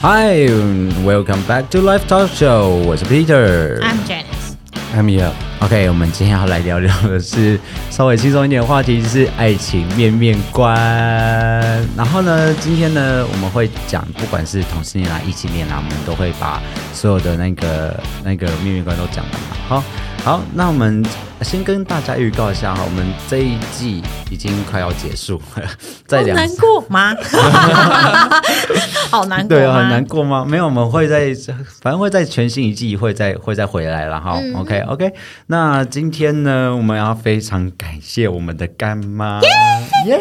Hi, welcome back to Life Talk Show。我是 Peter。 I'm Janice。艾米尔， OK，我们今天要来聊聊的是稍微轻松一点的话题，就是爱情面面观。然后呢，今天呢，我们会讲，不管是同性恋啦、啊异性恋啦，我们都会把所有的那个那个面面观都讲完嘛。好，好，那我们先跟大家预告一下哈，我们这一季已经快要结束了， 再好两难过 吗？好难过对啊，吗很难过吗？没有，我们会在，反正会在全新一季会再会再回来了哈。OK 嗯 OK，那今天呢，我们要非常感谢我们的干妈，耶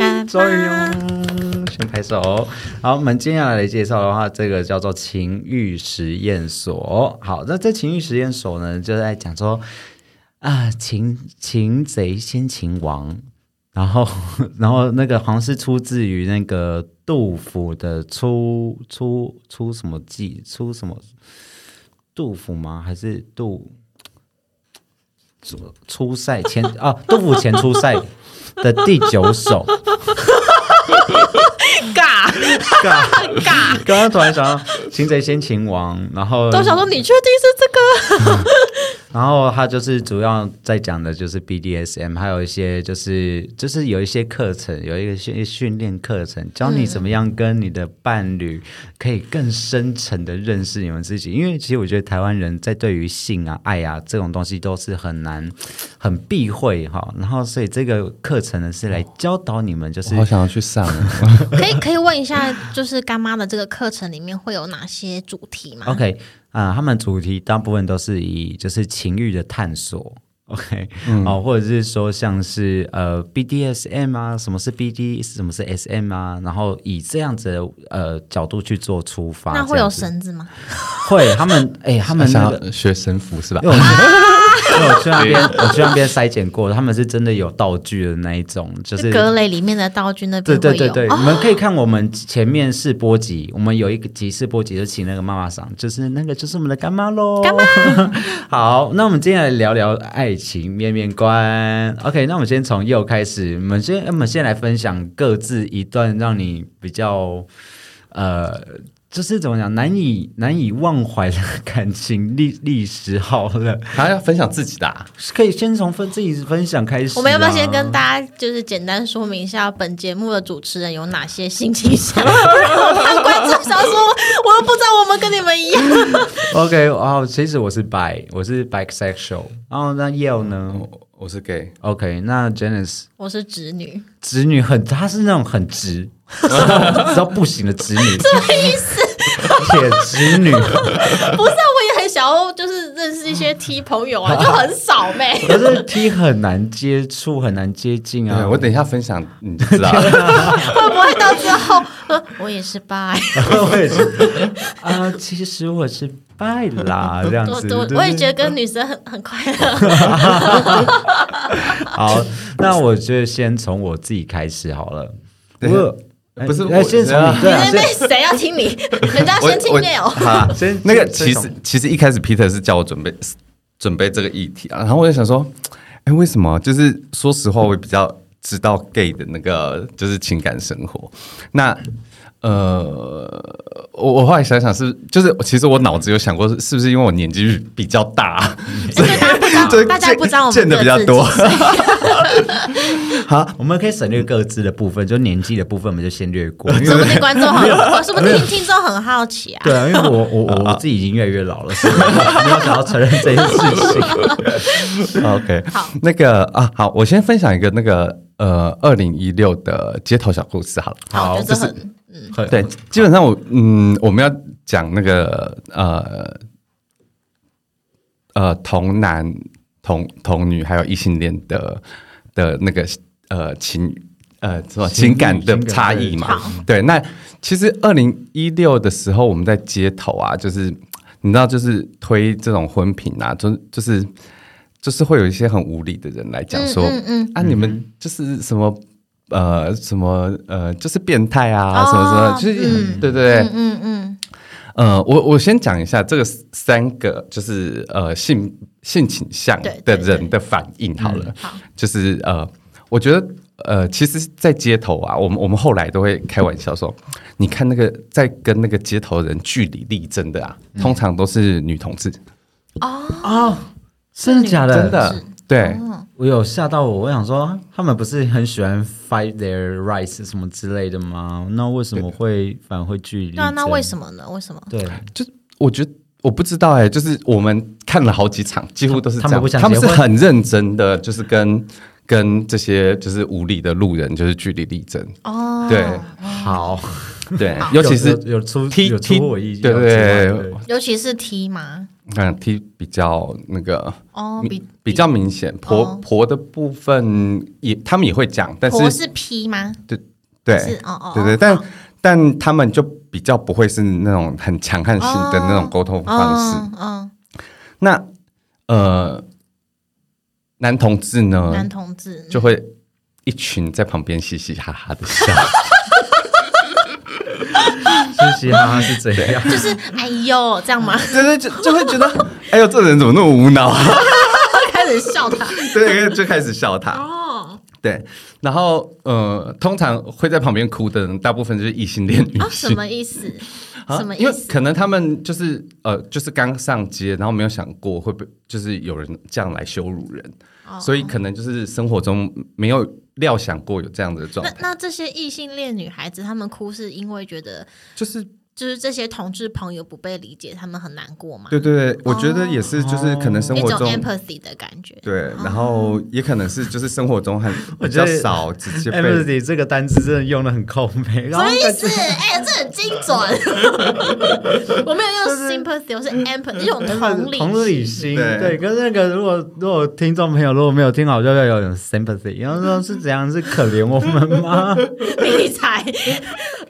干妈终于嗯先拍手。好，我们接下来来介绍的话，这个叫做情欲实验所。好，那这情欲实验所呢，就在讲说啊，擒擒贼先擒王，然后 然后那个好像是出自于那个杜甫的出出出什么记出什么杜甫吗？还是杜出出塞前啊杜甫前出塞的第九首。尬尬 尬。刚刚突然想到擒贼先擒王，然后都想说你确定是这个？ 然后他就是主要在讲的就是 BDSM，还有一些就是就是有一些课程，有一个训训练课程，教嗯你怎么样跟你的伴侣可以更深层的认识你们自己。因为其实我觉得台湾人在对于性啊、爱啊这种东西都是很难、很避讳哈。然后所以这个课程呢是来教导你们，就是我好想要去 上哦。可以可以问一下，就是干妈的这个课程里面会有哪些主题吗 OK 啊、他们主题大部分都是以就是情欲的探索。OK，、哦，或者是说像是呃 BDSM 啊，什么是 BD，什么是 SM 啊，然后以这样子的呃角度去做出发，那会这有样子绳子吗？会他们哎、他们想那个要学神符是吧因为？我去，因为我去那边，我去那边筛检过，他们是真的有道具的那一种，就是格雷里面的道具那对边会对有。对对，哦你们可以看我们前面试播集，我们有一个集试播集就请那个妈妈上，就是那个就是我们的干妈喽。干妈， 好，那我们接下来聊聊爱情面面观。OK，那我们先从右开始，我们先我们先来分享各自一段让你比较呃。就是怎么讲，难以难以忘怀的感情历历史好了， 还要分享自己的啊？可以先从分自己分享开始、啊。我们要不要先跟大家就是简单说明一下本节目的主持人有哪些性 倾向？不然我怕观众想说，我又不知道我们跟你们一样。 OK，哦，其实我是 bi，我是 bisexual。然后哦那 Yale 呢我我是 gay， ？OK，那 Janice 我是直女，直女很，她是那种很 直，直到不行的直女，什么意思？铁直女。不是啊，我也很想要，就是认识一些 T 朋友啊，就很少 呗。可是 T 很难接触，很难接近啊。对我等一下分享你 就知道了。会不会到最后，呃我也是 bi， 我也是啊、其实我是 bi 啦，这样我子。我我也觉得跟女生很很快乐。得好。那我就先从我自己开始好了。我等一下有哎不是哎我先从你对啊，那先那谁要听你？ 人家先哦听我 Neil。好啊先那个先其先实其实一开始 Peter 是叫我准备准备这个议题啊，然后我就想说，哎，为什么？就是说实话，我也比较知道 gay 的那个就是情感生活。那呃，我我后来想想是，就是其实我脑子有想过，是不是因为我年纪比较大，所以哎对大家不 知道我们见见的比较多。好，我们可以省略各自的部分，就年纪的部分我们就先略过。因 说不为定观众 很，说不定听众很好奇啊。对啊，因为我我我我自己已经越来越老了，所以 我没有想要承认这件事情。 OK，好，那个啊，好，我先分享一个那个呃，二零一六的街头小故事好了。好，我觉得就是很很 对，基本上我嗯，我们要讲那个呃呃同男同同女还有异性恋的的那个呃情呃什么情情感感的情感差对异嘛好。对，那其实二零一六的时候，我们在街头啊，就是你知道，就是推这种婚品啊，就就是就是会有一些很无理的人来讲说，嗯嗯啊，你们就是什么。呃，什么呃，就是变态啊，哦什么什么，就是、对对对，嗯嗯呃，我我先讲一下这个三个，就是呃性性倾向对对的对嗯人的反应好了，好就是呃，我觉得呃，其实，在街头啊，我们我们后来都会开玩笑说，你看那个在跟那个街头人据理力争的啊，通常都是女同志，哦，真的假的？真的，对，哦我有吓到我，我想说他们不是很喜欢 fight their rights 什么之类的吗？那为什么会反而会据理力对啊，那为什么？么呢？为什么？对，就我觉得我不知道哎、就是我们看了好几场，几乎都是这他们样不，想他结们是婚很认真的，就是跟跟这些就是无理的路人就是据理力争，哦，对好，对，哦尤其是有有有出踢有踢出乎我意料对之外对对对对，尤其是 T 嘛，嗯踢比较那个。哦，比比较明显，婆、哦婆的部分也他们也会讲，但婆是是 P 吗？对是哦哦，对对，哦但好但他们就比较不会是那种很强悍啊型的那种沟通方式。嗯嗯，那呃，男同志呢，男同志就会一群在旁边嘻嘻哈哈的笑，嘻嘻哈哈是这样。就是哎呦这样 吗？ 对对，就就会觉得，哎呦，这人怎么那么无脑啊？ 开始笑他对，就开始笑他。哦对，然后呃，通常会在旁边哭的人，大部分就是异性恋女啊，什性。么意思？ 啊什么意因为思？可能他们就是呃，就是刚上街，然后没有想过会被就是有人这样来羞辱人，哦所以可能就是生活中没有料想过有这样的状那态，那这些异性恋女孩子，她们哭是因为觉得就是就是这些同志朋友不被理解，她们很难过嘛？对对对，我觉得也是，就是可能生一活种中。 empathy 的感觉。对，然后也可能是就是生活中很 我比觉得较少直 接 e m 被 p a 这个单词真的用的很靠背，然什后么意但思？哎、这很精准。 我没有用 sympathy，我是 empathy，一种同理。同理心，对，对跟那个如果如果听众朋友如果没有听好，就要有点 sympathy，然后说是怎样是可怜我们吗？你才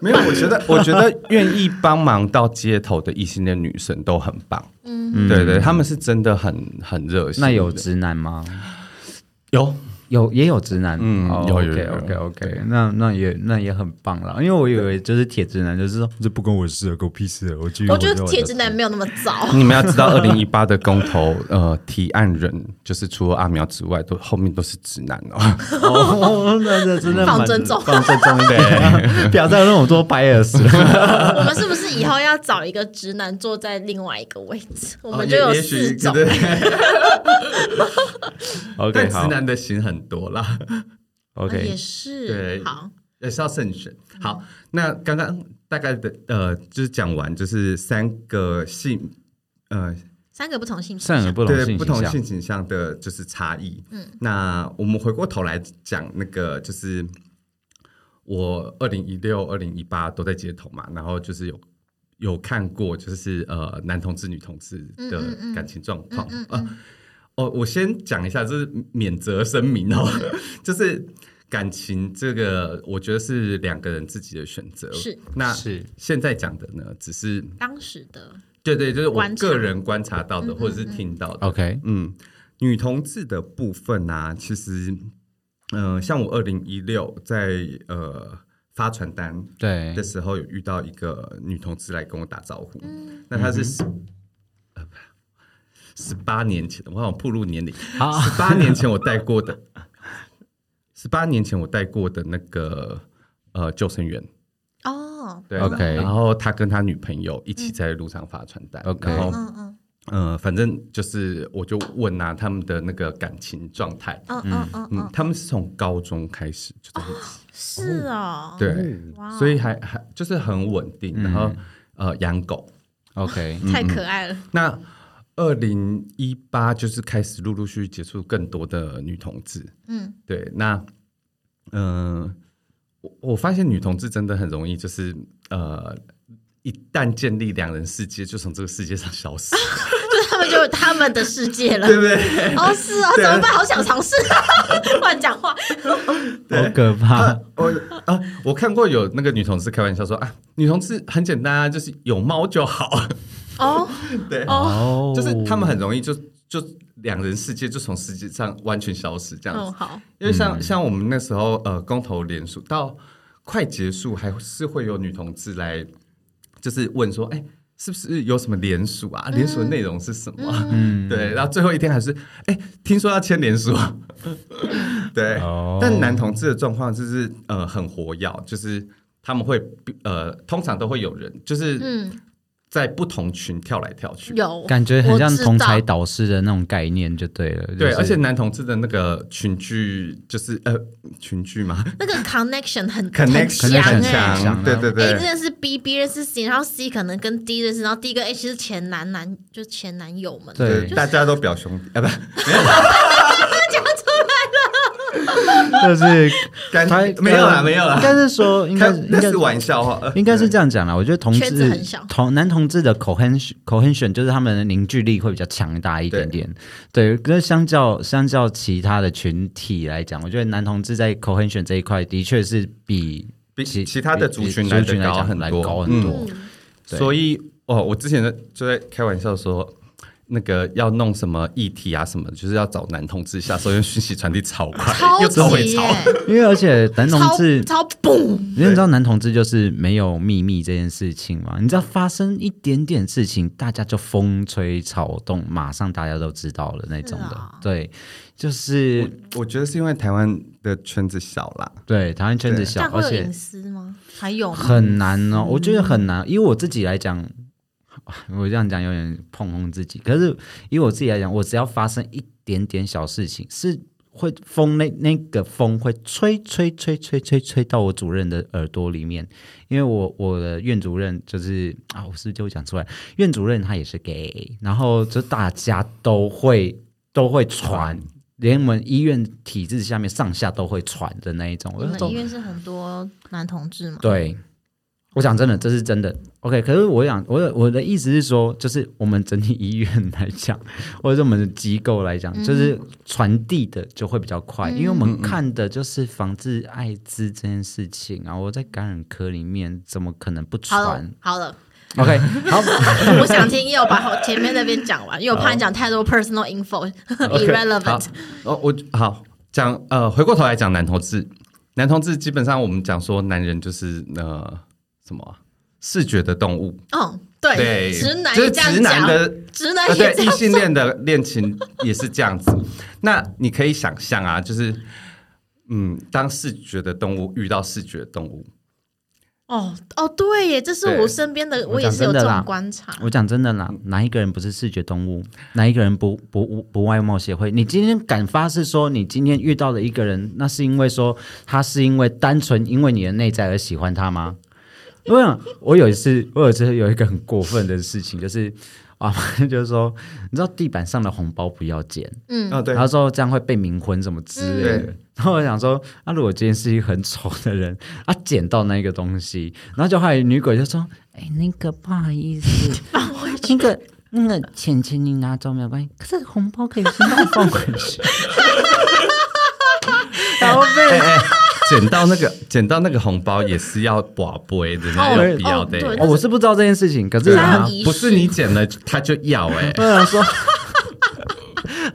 没有，我觉 得我觉得愿意帮忙到街头的异性恋女生都很棒，嗯对对，他们是真的很很热心的。那有直男吗？有有也有直男，嗯哦有有 OK 有 OK OK，那那也那也很棒啦，因为我以为就是铁直男，就是说啊这不关我的事，狗屁事，啊我继续我的觉事得铁直男没有那么 糟。你们要知道，二零一八的公投，呃，提案人就是除了阿苗之外，都后面都是直男哦。哦， 那这真的放蛮尊重放尊重一 点，不要再有那种多 bias 我们是不是以后要找一个直男坐在另外一个位置？ 我们就有哦也也四许种。啊 对 OK，但好直男的型很多啦，啊也 ，OK，是对好，也呃是要慎选。好，那刚刚大概的呃，就是讲完就是三个性呃三个不同性取善向而不同对性不同倾向性倾向的就是差异。嗯，那我们回过头来讲那个，就是我二零一六、二零一八都在街头嘛，然后就是有有看过，就是呃男同志、女同志的嗯嗯嗯感情状况啊。哦，我先讲一下，就是免责声明哦，嗯 就是感情这个，我觉得是两个人自己的选择。是，那是现在讲的呢，只是当时的对对，就是我观察嗯个人观察到的，或者是听到的。 OK，嗯，女同志的部分啊，其实，呃，像我二零一六在呃发传单对的时候，有遇到一个女同志来跟我打招呼，嗯那她是十呃十八、18年前，我好像步入年龄，好十八年前我带过的， 十八年前我带过的那个呃救生员，哦，对 OK 嗯然后他跟他女朋友一起在路上发传单、 OK 然后嗯嗯呃，反正就是我就问啊，他们的那个感情状态，嗯嗯嗯嗯嗯，，他们是从高中开始就在一起，是哦，，对，哇哦，所以还还就是很稳定，然后呃养狗， OK，太可爱了， 那。二零一八就是开始陆陆续续接触更多的女同志，嗯，对，那嗯、呃我我发现女同志真的很容易，就是呃，一旦建立两人世界，就从这个世界上消失，就是他们就有他们的世界了对，不对？哦，是哦，对怎啊么办？好想尝试 乱讲话，好可怕啊，我啊，我看过有那个女同事开玩笑说啊，女同志很简单啊，就是有猫就好。 哦对，哦，哦就是他们很容易就就两人世界就从世界上完全消失这样嗯，子。好，因为像像我们那时候呃，公投联署到快结束，还是会有女同志来，就是问说，哎、是不是有什么联署啊？联署的内 容是什么？嗯，对。然后最后一天还是，哎、听说要签联署，啊 对，哦但男同志的状况就是呃很活跃，就是他们会呃通常都会有人就是嗯，在不同群跳来跳去，有感觉很像我知道同才导师的那种概念就对了。对，就是而且男同志的那个群聚就是呃群聚嘛那个 connection 很，connection 很很强哎、强强，对对哎，对真。的是 B B 认识 C，然后 C 可能跟 D 认识，然后 D 跟 H 是前男男，就前男友们。对对，大家都表兄弟啊，不， 就是干他没有啦，他没有啦应，该是说，应该开是应那该是玩笑话，呃应该是这样讲啦。我觉得同圈子志很小同男同志的 cohesion cohesion 就是他们的凝聚力会比较强大一点点。对，跟相较相较其他的群体来讲，我觉得男同志在 cohesion 这一块的确是比比其他的族群比来族的群来高讲很来多高很多。嗯，对所以哦，我之前的就在开玩笑说，那个要弄什么议题啊什么的，就是要找男同志下手，因为讯息传递超快，又超超会级耶吵。，因为而且男同志超超蹦，你知道男同志就是没有秘密这件事情吗？你知道发生一点点事情，大家就风吹草动，马上大家都知道了那种是的。啊对，就是我觉得是因为台湾的圈子小啦，对台湾圈子小但，会而有且隐私吗？还有吗很难哦，我觉得很难。以我自己来讲，我这样讲有点碰红自己。可是以我自己来讲，我只要发生一点点小事情，是会风那那个风会吹吹吹吹吹吹到我主任的耳朵里面，因为我我的院主任就是啊，我是不是就讲出来？院主任他也是 gay，然后就大家都会都会传。连我们医院体制下面上下都会传的那一种，我你就们说医院是很多男同志吗？对，我讲真的，这是真的。OK，可是我想，我的我的意思是说，就是我们整体医院来讲，或者是我们的机构来讲，就是传递的就会比较快，因为我们看的就是防治艾滋这件事情啊。我在感染科里面，怎么可能不好了传，好了， ？OK，好，我想听，又把我前面那边讲完，因为我怕你讲太多 personal info irrelevant。好哦，我好讲呃，回过头来讲男同志，男同志基本上我们讲说男人就是呃什么啊视觉的动物，嗯，对，对，直男就是也这样直男讲， 的直男也啊，对，这异样性恋的恋情也是这样子。那你可以想象啊，就是嗯，当视觉的动物遇到视觉的动物，哦哦，对耶，这是对我身边的，我我也讲是有真的这种啦观察。我讲真的啦，哪一个人不是视觉动物？哪一个人不不不不外貌协会？你今天敢发誓说你今天遇到了一个人，那是因为说他是因为单纯因为你的内在而喜欢他吗？我想，我有一次，我有一次有一个很过分的事情，就是啊， 就是说，你知道地板上的红包不要捡，嗯，啊，对然，后说这样会被冥婚什么之类的。然后我想说，那、如果今天是一个很丑的人， 他、捡到那个东西，然后就还有女鬼就说：“哎，那个不好意思， 那个那个钱钱你拿走没有关系，可是红包可以先帮我放回去。” 然后哎被哎，捡到那个捡到那个红包也是要寡杯的，那有必要的欸哦对。哦，我是不知道这件事情，可是对还啊有仪式，嗯不是你捡了他就要哎、我想嗯说，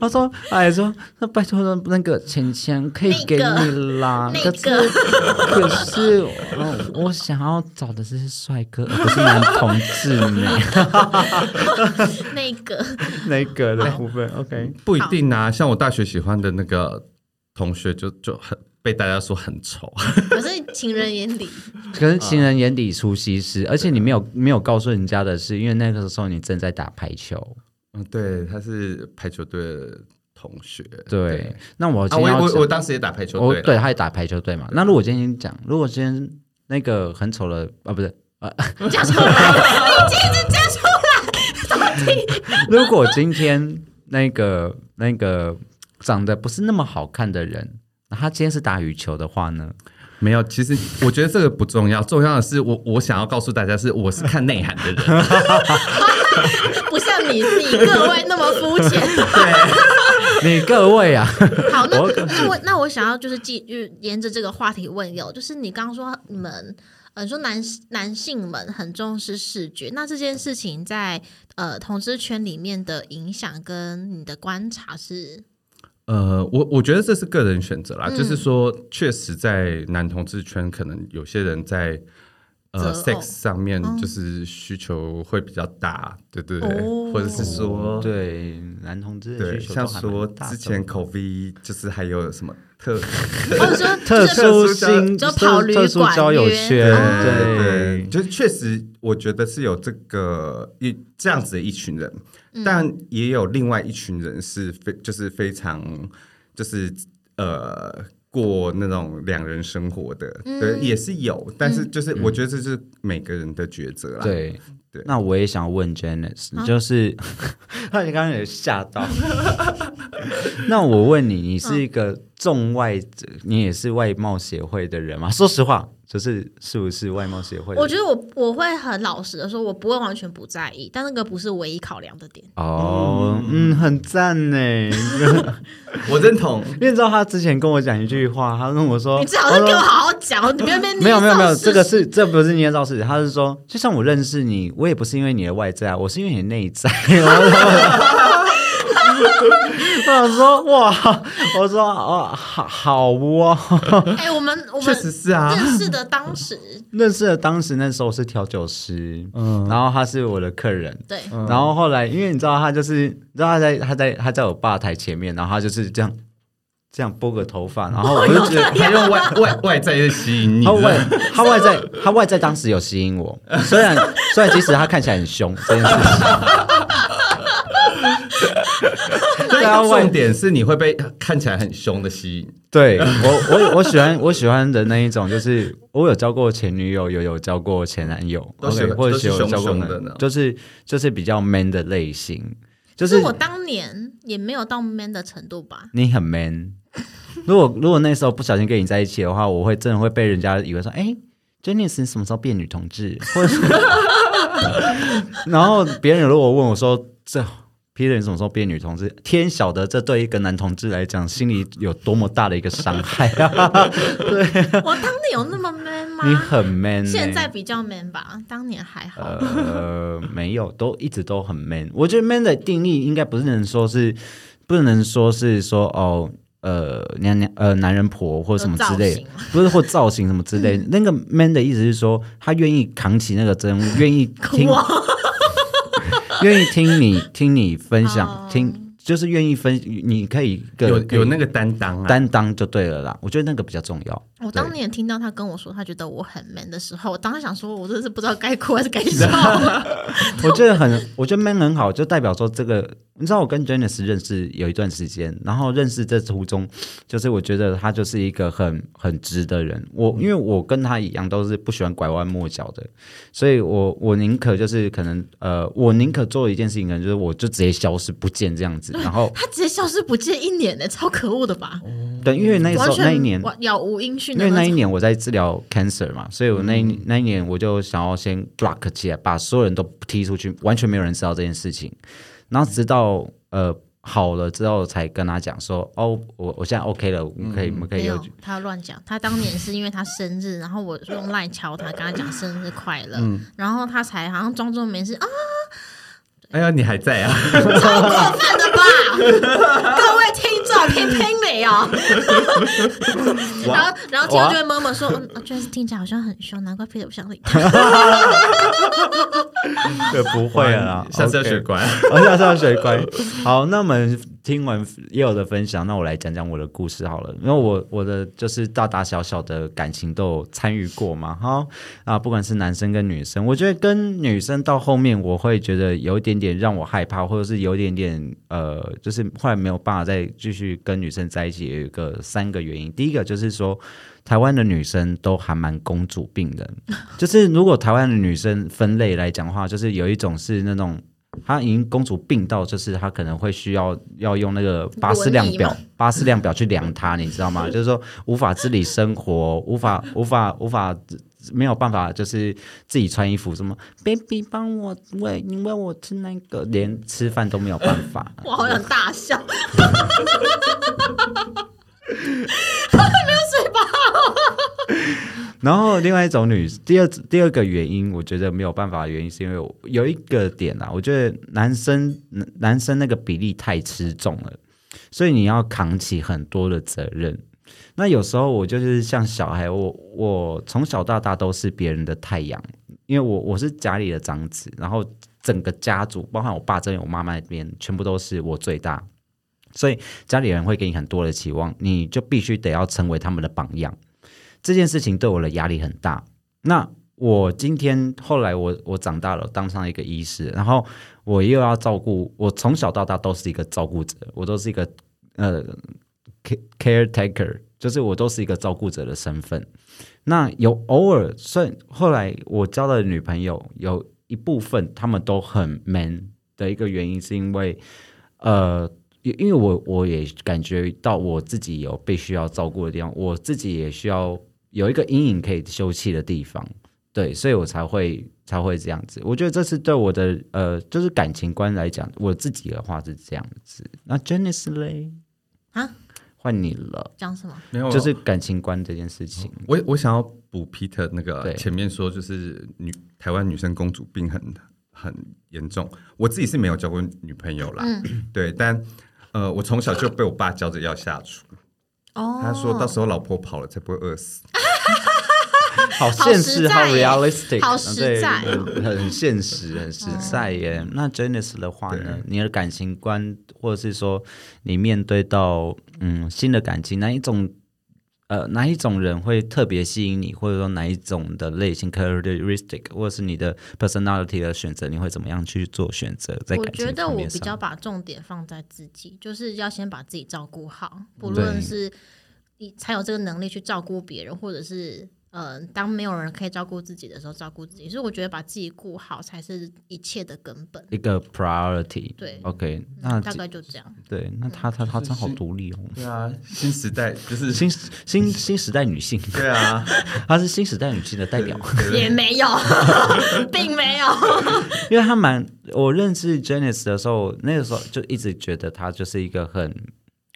他说，哎，说那拜托了，那个钱钱可以给你啦，那个可是可是我我想要找的是帅哥，而不是男同志呢，那个 那个的部分，OK，不一定啊。像我大学喜欢的那个同学就就很被大家说很丑，可是情人眼里，可是情人眼里出西施，而且你没有没有告诉人家的是，因为那个时候你正在打排球，嗯，对，他是排球队的同学，对，那我啊，今我天要我讲我当时也打排球哦，队啦，对，他也打排球队嘛。那如果今天讲，如果今天那个很丑的啊，不是讲出来，你今天讲出 如果今天那个那个长得不是那么好看的人，那他今天是打羽球的话 呢？没有，其实我觉得这个不重要，重要的是我我想要告诉大家，是我是看内涵 的人，来，不像你你各位那么肤浅。你各位啊， 好，那我那我那我想要就是继续沿着这个话题问有，就是你刚说你们呃说男男性们很重视视觉，那这件事情在呃同志圈里面的影响跟你的观察是，呃，我我觉得这是个人选择啦，嗯就是说，确实在男同志圈，可能有些人在呃择偶嗯 sex 上面就是需求会比较大，对对对，哦或者是说。对男同志的对，需求像都还蛮大的说之前口 V 就是还有什么特哦，你说 特就殊是性就跑旅特殊馆交友约圈，对对对，就是确实，我觉得是有这个一这样子的一群人，但也有另外一群人是非就是非常就是呃过那种两人生活的，对，也是有，但是就是我觉得这是每个人的抉择嗯啦。对对那我也想问 Janice，你啊就是 他刚刚有吓到。 那我问你，你嗯是一个重外者，你也是外貌协会的人吗？说实话，就是是不是外貌协会的人？我觉得我我会很老实的说，我不会完全不在意，但那个不是唯一考量的点。哦，嗯，很赞呢。 我认同，因为你知道他之前跟我讲一句话，他跟我说，你最好是他给说我好好讲，你别别哦没有没有没有，这个是是这不是捏造事实，他是说，就像我认识你，我也不是因为你的外在啊，我是因为你的内在。 我想说哇，我说哦，好好哦，哎、我 们我确们实是啊。认识的当时，认识的当时那时候是调酒师，嗯，然后他是我的客人，对，然后后来因为你知道他就是，你知道他在他在他在我吧台前面，然后他就是这样这样拨个头发，然后我就觉 得他用外外外在的吸引你他， 外他外在他外在当时有吸引我，虽然虽然即使他看起来很凶这件事情，对啊，重点是你会被看起来很凶的吸引。对我我我喜欢我喜欢的那一种，就是我有交过前女友，有有交过前男友都是，OK，或者都是有交过凶凶男的呢就是就是比较 man 的类型，就就是我当年也没有到 man 的程度吧。你很 man。如果如果那时候不小心跟你在一起的话，我会真的会被人家以为说，哎、j e n n i c e 你什么时候变女同志？或者是， 然后别人如果问我说，这 Peter 你什么时候变女同志？天晓得这对一个男同志来讲，心里有多么大的一个伤 害啊！我当年有那么 man 吗？你很 man，、欸、现在比较 man 吧，当年还好。呃，没有，都一直都很 man。我觉得 man 的定义应该不是能说是，不能说是说哦，呃，娘娘呃，男人婆或什么之类的造型， 不是或造型什么之类的。那个 man 的意思是说，他愿意扛起那个责任，愿意听，愿意听你听你分享，哦听就是愿意分，你可以跟有可以有那个担当啊，担当就对了啦。我觉得那个比较重要。我对当年听到他跟我说他觉得我很 man 的时候，我当时想说，我真是不知道该哭还是该 笑。我觉得很，我觉得 man 很好，就代表说这个，你知道我跟 Janice 认识有一段时间，然后认识这途中，就是我觉得他就是一个很很直的人。我因为我跟他一样都是不喜欢拐弯抹角的，所以我我宁可就是可能呃，我宁可做一件事情，可能就是我就直接消失不见这样子。然后他直接消失不见一年呢、超可恶的吧？对，因为那时完候全那一年。完杳无音讯因的为那那一种。年我在治疗 cancer 嘛，所以我那一、那一年我就想要先 block 起来，把所有人都踢出去，完全没有人知道这件事情。然后直到呃好了之后，才跟他讲说，哦，我我现在 OK 了，我们可以、我们可没以有有，他乱讲。他当年是因为他生日，然后我用赖敲他，跟他讲生日快乐，嗯然后他才好像装作没事啊，哎呀，你还在啊？超过分的吧？ 各位听众，听听你哦。然后，然后听众就会默默说：“嗯，啊居然是听起来好像很凶，难怪 Peter 不想理他。对，不 会啦， 下次要学 OK 乖。啊哦，下次要学乖。好，那我们听完也有的分享，那我来讲讲我的故事好了。因为我我的就是大大小小的感情都有参与过嘛，哈啊，不管是男生跟女生，我觉得跟女生到后面，我会觉得有一点点让我害怕，或者是有一点点呃，就是后来没有办法再继续跟女生在一起，有一个三个原因。第一个就是说。台湾的女生都还蛮公主病的， 就是如果台湾的女生分类来讲的话，就是有一种是那种她已经公主病到，就是她可能会需要要用那个巴氏量轮表椅，巴氏量表去量她， 你知道吗？就是说无法自理生活，无法无法无法。没有办法，就是自己穿衣服什么，baby 帮我喂，你喂我吃那个，连吃饭都没有办法。”我好想大笑。没有水吧？然后另外一种女，第二第二个原因，我觉得没有办法的原因，是因为我有一个点啊，我觉得男生男男生那个比例太吃重了，所以你要扛起很多的责任。那有时候我就是像小孩，我我从小到大都是别人的太阳，因为我我是家里的长子，然后整个家族，包含我爸这边、我妈妈那边，全部都是我最大。所以家里人会给你很多的期望，你就必须得要成为他们的榜样。这件事情对我的压力很大。那我今天后来我我长大了，当上一个医师，然后我又要照顾，我从小到大都是一个照顾者，我都是一个呃 care- caretaker，就是我都是一个照顾者的身份。那有偶尔，虽然后来我交的女朋友有一部分他们都很 man 的一个原因，是因为呃，因因为我我也感觉到我自己有必须要照顾的地方，我自己也需要有一个阴影可以休憩的地方，对，所以我才会才会这样子。我觉得这是对我的呃，就是感情观来讲，我自己的话是这样子。那 Janice 嘞，啊，换你了，讲什么？没有，啊就是感情观这件事情。我我想要补 Peter 那个啊对前面说，就是女台湾女生公主病很很严重。我自己是没有交过女朋友啦， 对，但呃，我从小就被我爸教着要下厨，哦，他说到时候老婆跑了才不会饿死。 好现实，实在好耶 realistic，啊好实在对嗯很很现实，很实在耶。那 Janice 的话呢对？你的感情观，或者是说你面对到嗯新的感情，哪一种呃哪一种人会特别吸引你，或者说哪一种的类型 characteristic，或者是你的 personality 的选择，你会怎么样去做选择？在我感觉情得方我面比较上，把重点放在自己，就是要先把自己照顾好，不对论是你才有这个能力去照顾别人，或者是呃，当没有人可以照顾自己的时候，照顾自己。所以我觉得把自己顾好才是一切的根本。一个 priority。对，OK，那哦嗯大概就这样。对，那她她她真好独立哦。对啊，新时代就是新新新时代女性，对啊，她是新时代女性的代表。也没 有，并没有。因为他蛮，我认识 Janice 的时候，那个时候就一直觉得她就是一个很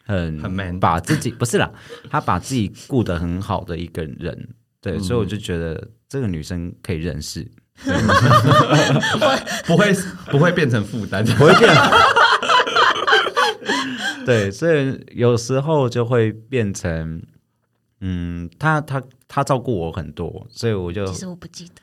很很 man 把自己不是啦，她把自己顾得很好的一个人，对，所以我就觉得这个女生可以认识，不会 不会变成负担。不会变。对，所以有时候就会变成，嗯，她她她照顾我很多，所以我就 其实我不记得，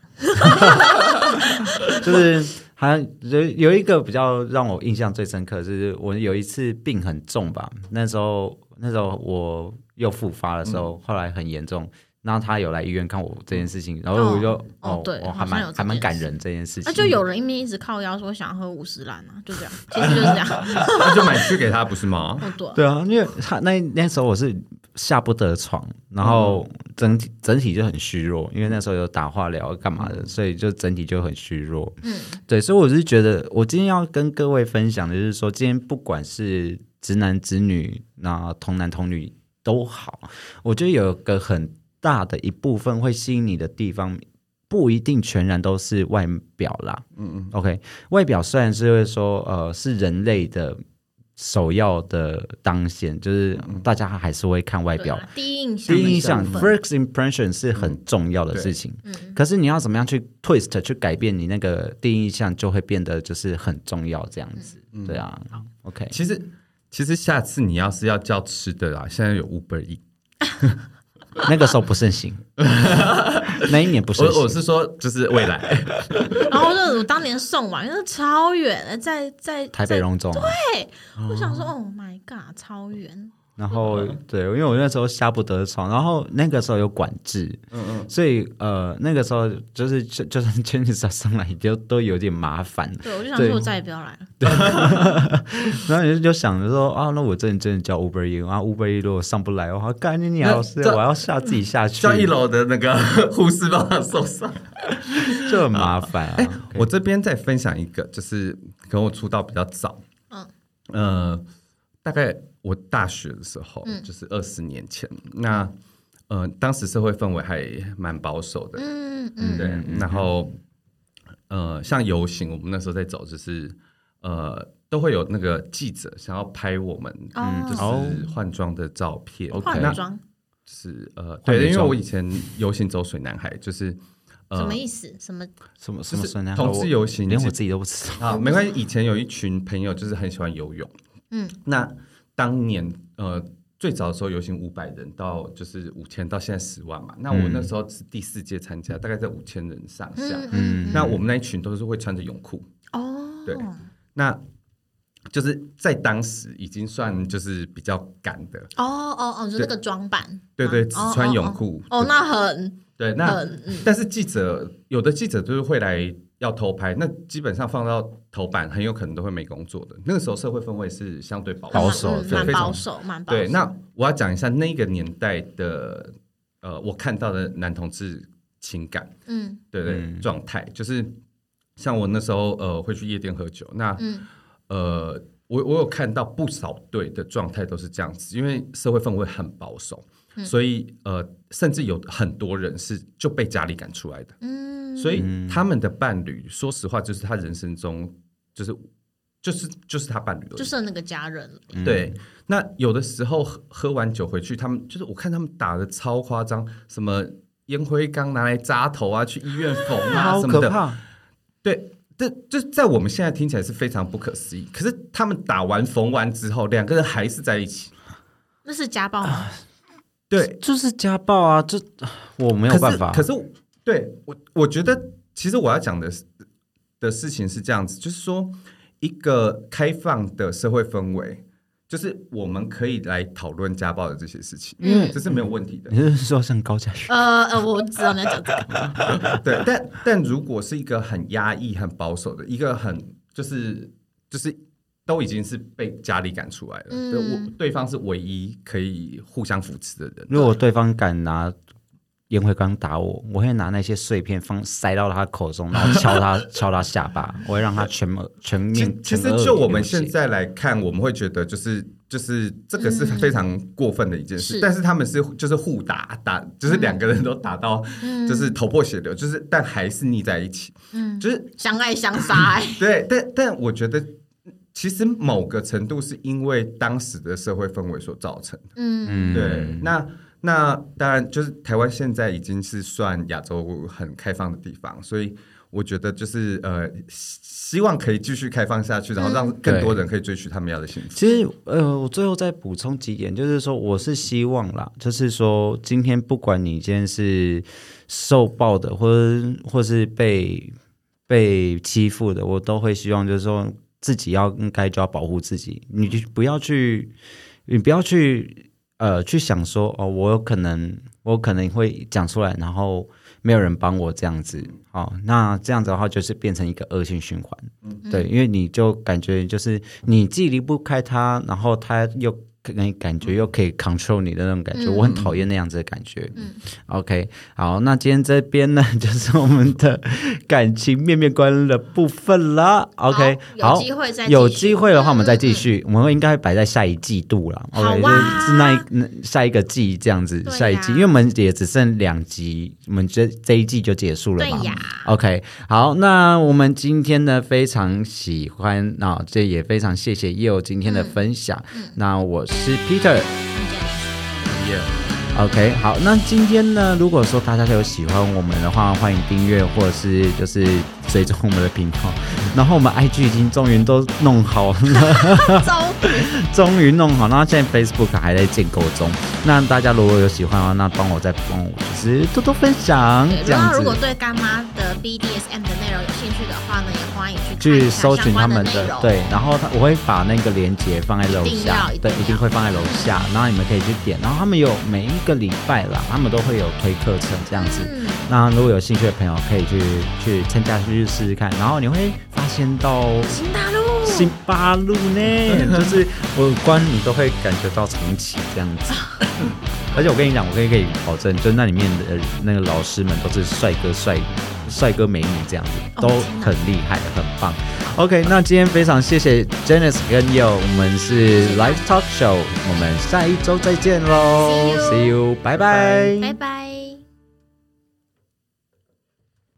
就是还有有一个比较让我印象最深刻，就是我有一次病很重吧，那时候那时候我又复发的时嗯候，后来很严重。然后他有来医院看我这件事情，然后我就哦哦对我好还像有蛮这还蛮件感事人这件事情。那、啊就有人一面一直靠腰说想喝五十兰啊，就这样，其实就是这样。那就买去给他不是吗？哦， 对啊，对啊，因为他那那时候我是下不得床，然后整体整体就很虚弱，因为那时候有打化疗干嘛的，所以就整体就很虚弱。嗯，对，所以我是觉得，我今天要跟各位分享的就是说，今天不管是直男直女，那同男同女都好，我觉得有个很大的一部分会吸引你的地方。不一定全然都是外表啦，嗯嗯，OK，外表虽然是会说，呃，是人类的首要的当先，就是大家还是会看外表。啊第一印第象，一印象的部分 （first impression） 是很重要的事情，嗯可是你要怎么样去 twist 去改变你那个第一印象，就会变得就是很重要这样子。对啊，OK， 其实其实下次你要是要叫吃的啦，现在有 Uber E。那个时候不盛行，那一年不盛我我行。是说就是未来。然后就是我当年送完，因为超远的，在在台北在荣总，啊我想说，Oh my god，超远。 然后对，因为我那时候下不得床，然后那个时候有管制，嗯嗯，所以呃那个时候就是就就算 j e n n i 上来就都有点麻 烦，对，我就想对说，我再也不要来了。然后你就就想着说啊，那我真的真的叫 Uber E，啊 Uber E 如果上不来的话，干你娘老师，那这我要下自己下去， 叫一楼的那个护士帮他送上。就很麻烦哎啊。OK 我这边再分享一个，就是跟我出道比较早，嗯呃，大概我大学的时候，嗯就是二十年前，那呃，当时社会氛围还蛮保守的，嗯嗯，对，然后呃，像游行，我们那时候在走，就是呃，都会有那个记者想要拍我们，哦就是换装的照片， OK 那换装是呃，换对，因为装我以前游行走水男孩，就是呃什么意思？什么？什么什么就是生啊同志游行我连我是自己都不 知道。啊，没关系。以前有一群朋友就是很喜欢游泳，嗯，那当年呃最早的时候游行五百人到就是五千到现在十万嘛，那嗯我那时候是第四届参加，大概在五千人上下。嗯嗯那我们那一群都是会穿着泳裤，哦，对那就是在当时已经算就是比较赶的，哦哦哦，你说那个装扮，对对嗯只穿泳裤哦，哦哦哦那很对，那、嗯但是记者有的记者就是会来要偷拍，那基本上放到头版很有可能都会没工作的。那个时候社会氛围是相对保保守守的，嗯对蛮非常保守，蛮保守。对，那我要讲一下那个年代的呃，我看到的男同志情感，嗯对对嗯状态，就是像我那时候呃会去夜店喝酒，那嗯呃我我有看到不少对的状态都是这样子，因为社会氛围很保守，嗯所以呃甚至有很多人是就被家里赶出来的，嗯，所以他们的伴侣，说实话就是他人生中就是就是就是他伴侣而已就剩那个家人了。嗯对，那有的时候喝喝完酒回去，他们就是我看他们打的超夸张，什么烟灰缸拿来扎头啊，去医院缝啊好什么可的。怕，对，这这在我们现在听起来是非常不可思议。可是他们打完缝完之后，两个人还是在一起。那是家暴啊吗？对，就是 家暴啊！这我没没有办法，可是我对我，我觉得其实我要讲的是的事情是这样子，就是说一个开放的社会氛围。就是我们可以来讨论家暴的这些事情，因为这是没有问题的。你是说像高佳宇？呃呃，我知道你在讲这个。 对，但但如果是一个很压抑、很保守的，一个很就是就是都已经是被家里赶出来了，嗯对我对方是唯一可以互相扶持的人。如果对方敢拿烟灰缸打我，我会拿那些碎片放塞到他口中，然后敲他 敲他下巴，我会让他全耳全面其其实全额就我们流血现在来看，我们会觉得就是就是这个是非常过分的一件嗯事，是但是他们是就是互打打，就是两个人都打到嗯就是头破血流，就是但还是腻在一起，嗯，就是相爱相杀、欸。对，但但我觉得其实某个程度是因为当时的社会氛围所造成的。嗯嗯对，那那当然就是台湾现在已经是算亚洲很开放的地方，所以我觉得就是呃，希希望可以继续开放下去，然后让更多人可以追寻他们要的幸福。其实，呃，我最后再补充几点，就是说，我是希望啦，就是说，今天不管你今天是受暴的，或者或是被被欺负的，我都会希望，就是说，自己要应该就要保护自己，你就不要去，你不要去，呃，去想说，哦，我有可能，我可能会讲出来，然后没有人帮我这样子，哦，那这样子的话，就是变成一个恶性循环。嗯对，因为你就感觉就是你既离不开他，然后他又你感觉又可以 control 你的那种感觉，嗯我很讨厌那样子的感觉。嗯 OK，好，那今天这边呢， 就是我们的感情面面观的部分啦。OK，好，好有机会再继续有机会的话，我们再继嗯嗯嗯续，我们应该会摆在下一季度啦。好 OK，哇就是那一那下一个季这样子，对呀下一季，因为我们也只剩两集，我们这这一季就结束了嘛。对呀 OK，好，那我们今天呢非常喜欢啊、这也非常谢谢叶欧今天的分享。嗯那我是 Peter。耶 OK，好，那今天呢，如果说大家有喜欢我们的话，欢迎订阅或者是就是追踪我们的频道。然后我们 IG 已经终于都弄好了，周终于弄好，然后现在 Facebook 还在建构中。那大家如果有喜欢的话，那帮我再帮我就是多多分 享这嗯然样后如子果。对干妈的 BDSM 的内容有兴趣的话呢，也欢迎去看去一下搜寻相他关们内的容对，然后他我会把那个链接放在楼一定下要一定，对，要一定会放在楼下，然后你们可以去点。然后他们有每一个礼拜啦，他们都会有推课程这样子。嗯那如果有兴趣的朋友，可以去去参加去试试看，然后你会发现到新大陆，新八路呢，就是我观你都会感觉到重启这样子。而且我跟你讲，我可以可以保证，就那里面的那个老师们都是帅哥帅帅哥美女这样子，哦都天哪很厉害，很棒。OK，那今天非常谢谢 Janice 跟 Yo，我们是 Live Talk Show，我们下一周再见喽 See you you，拜拜拜拜。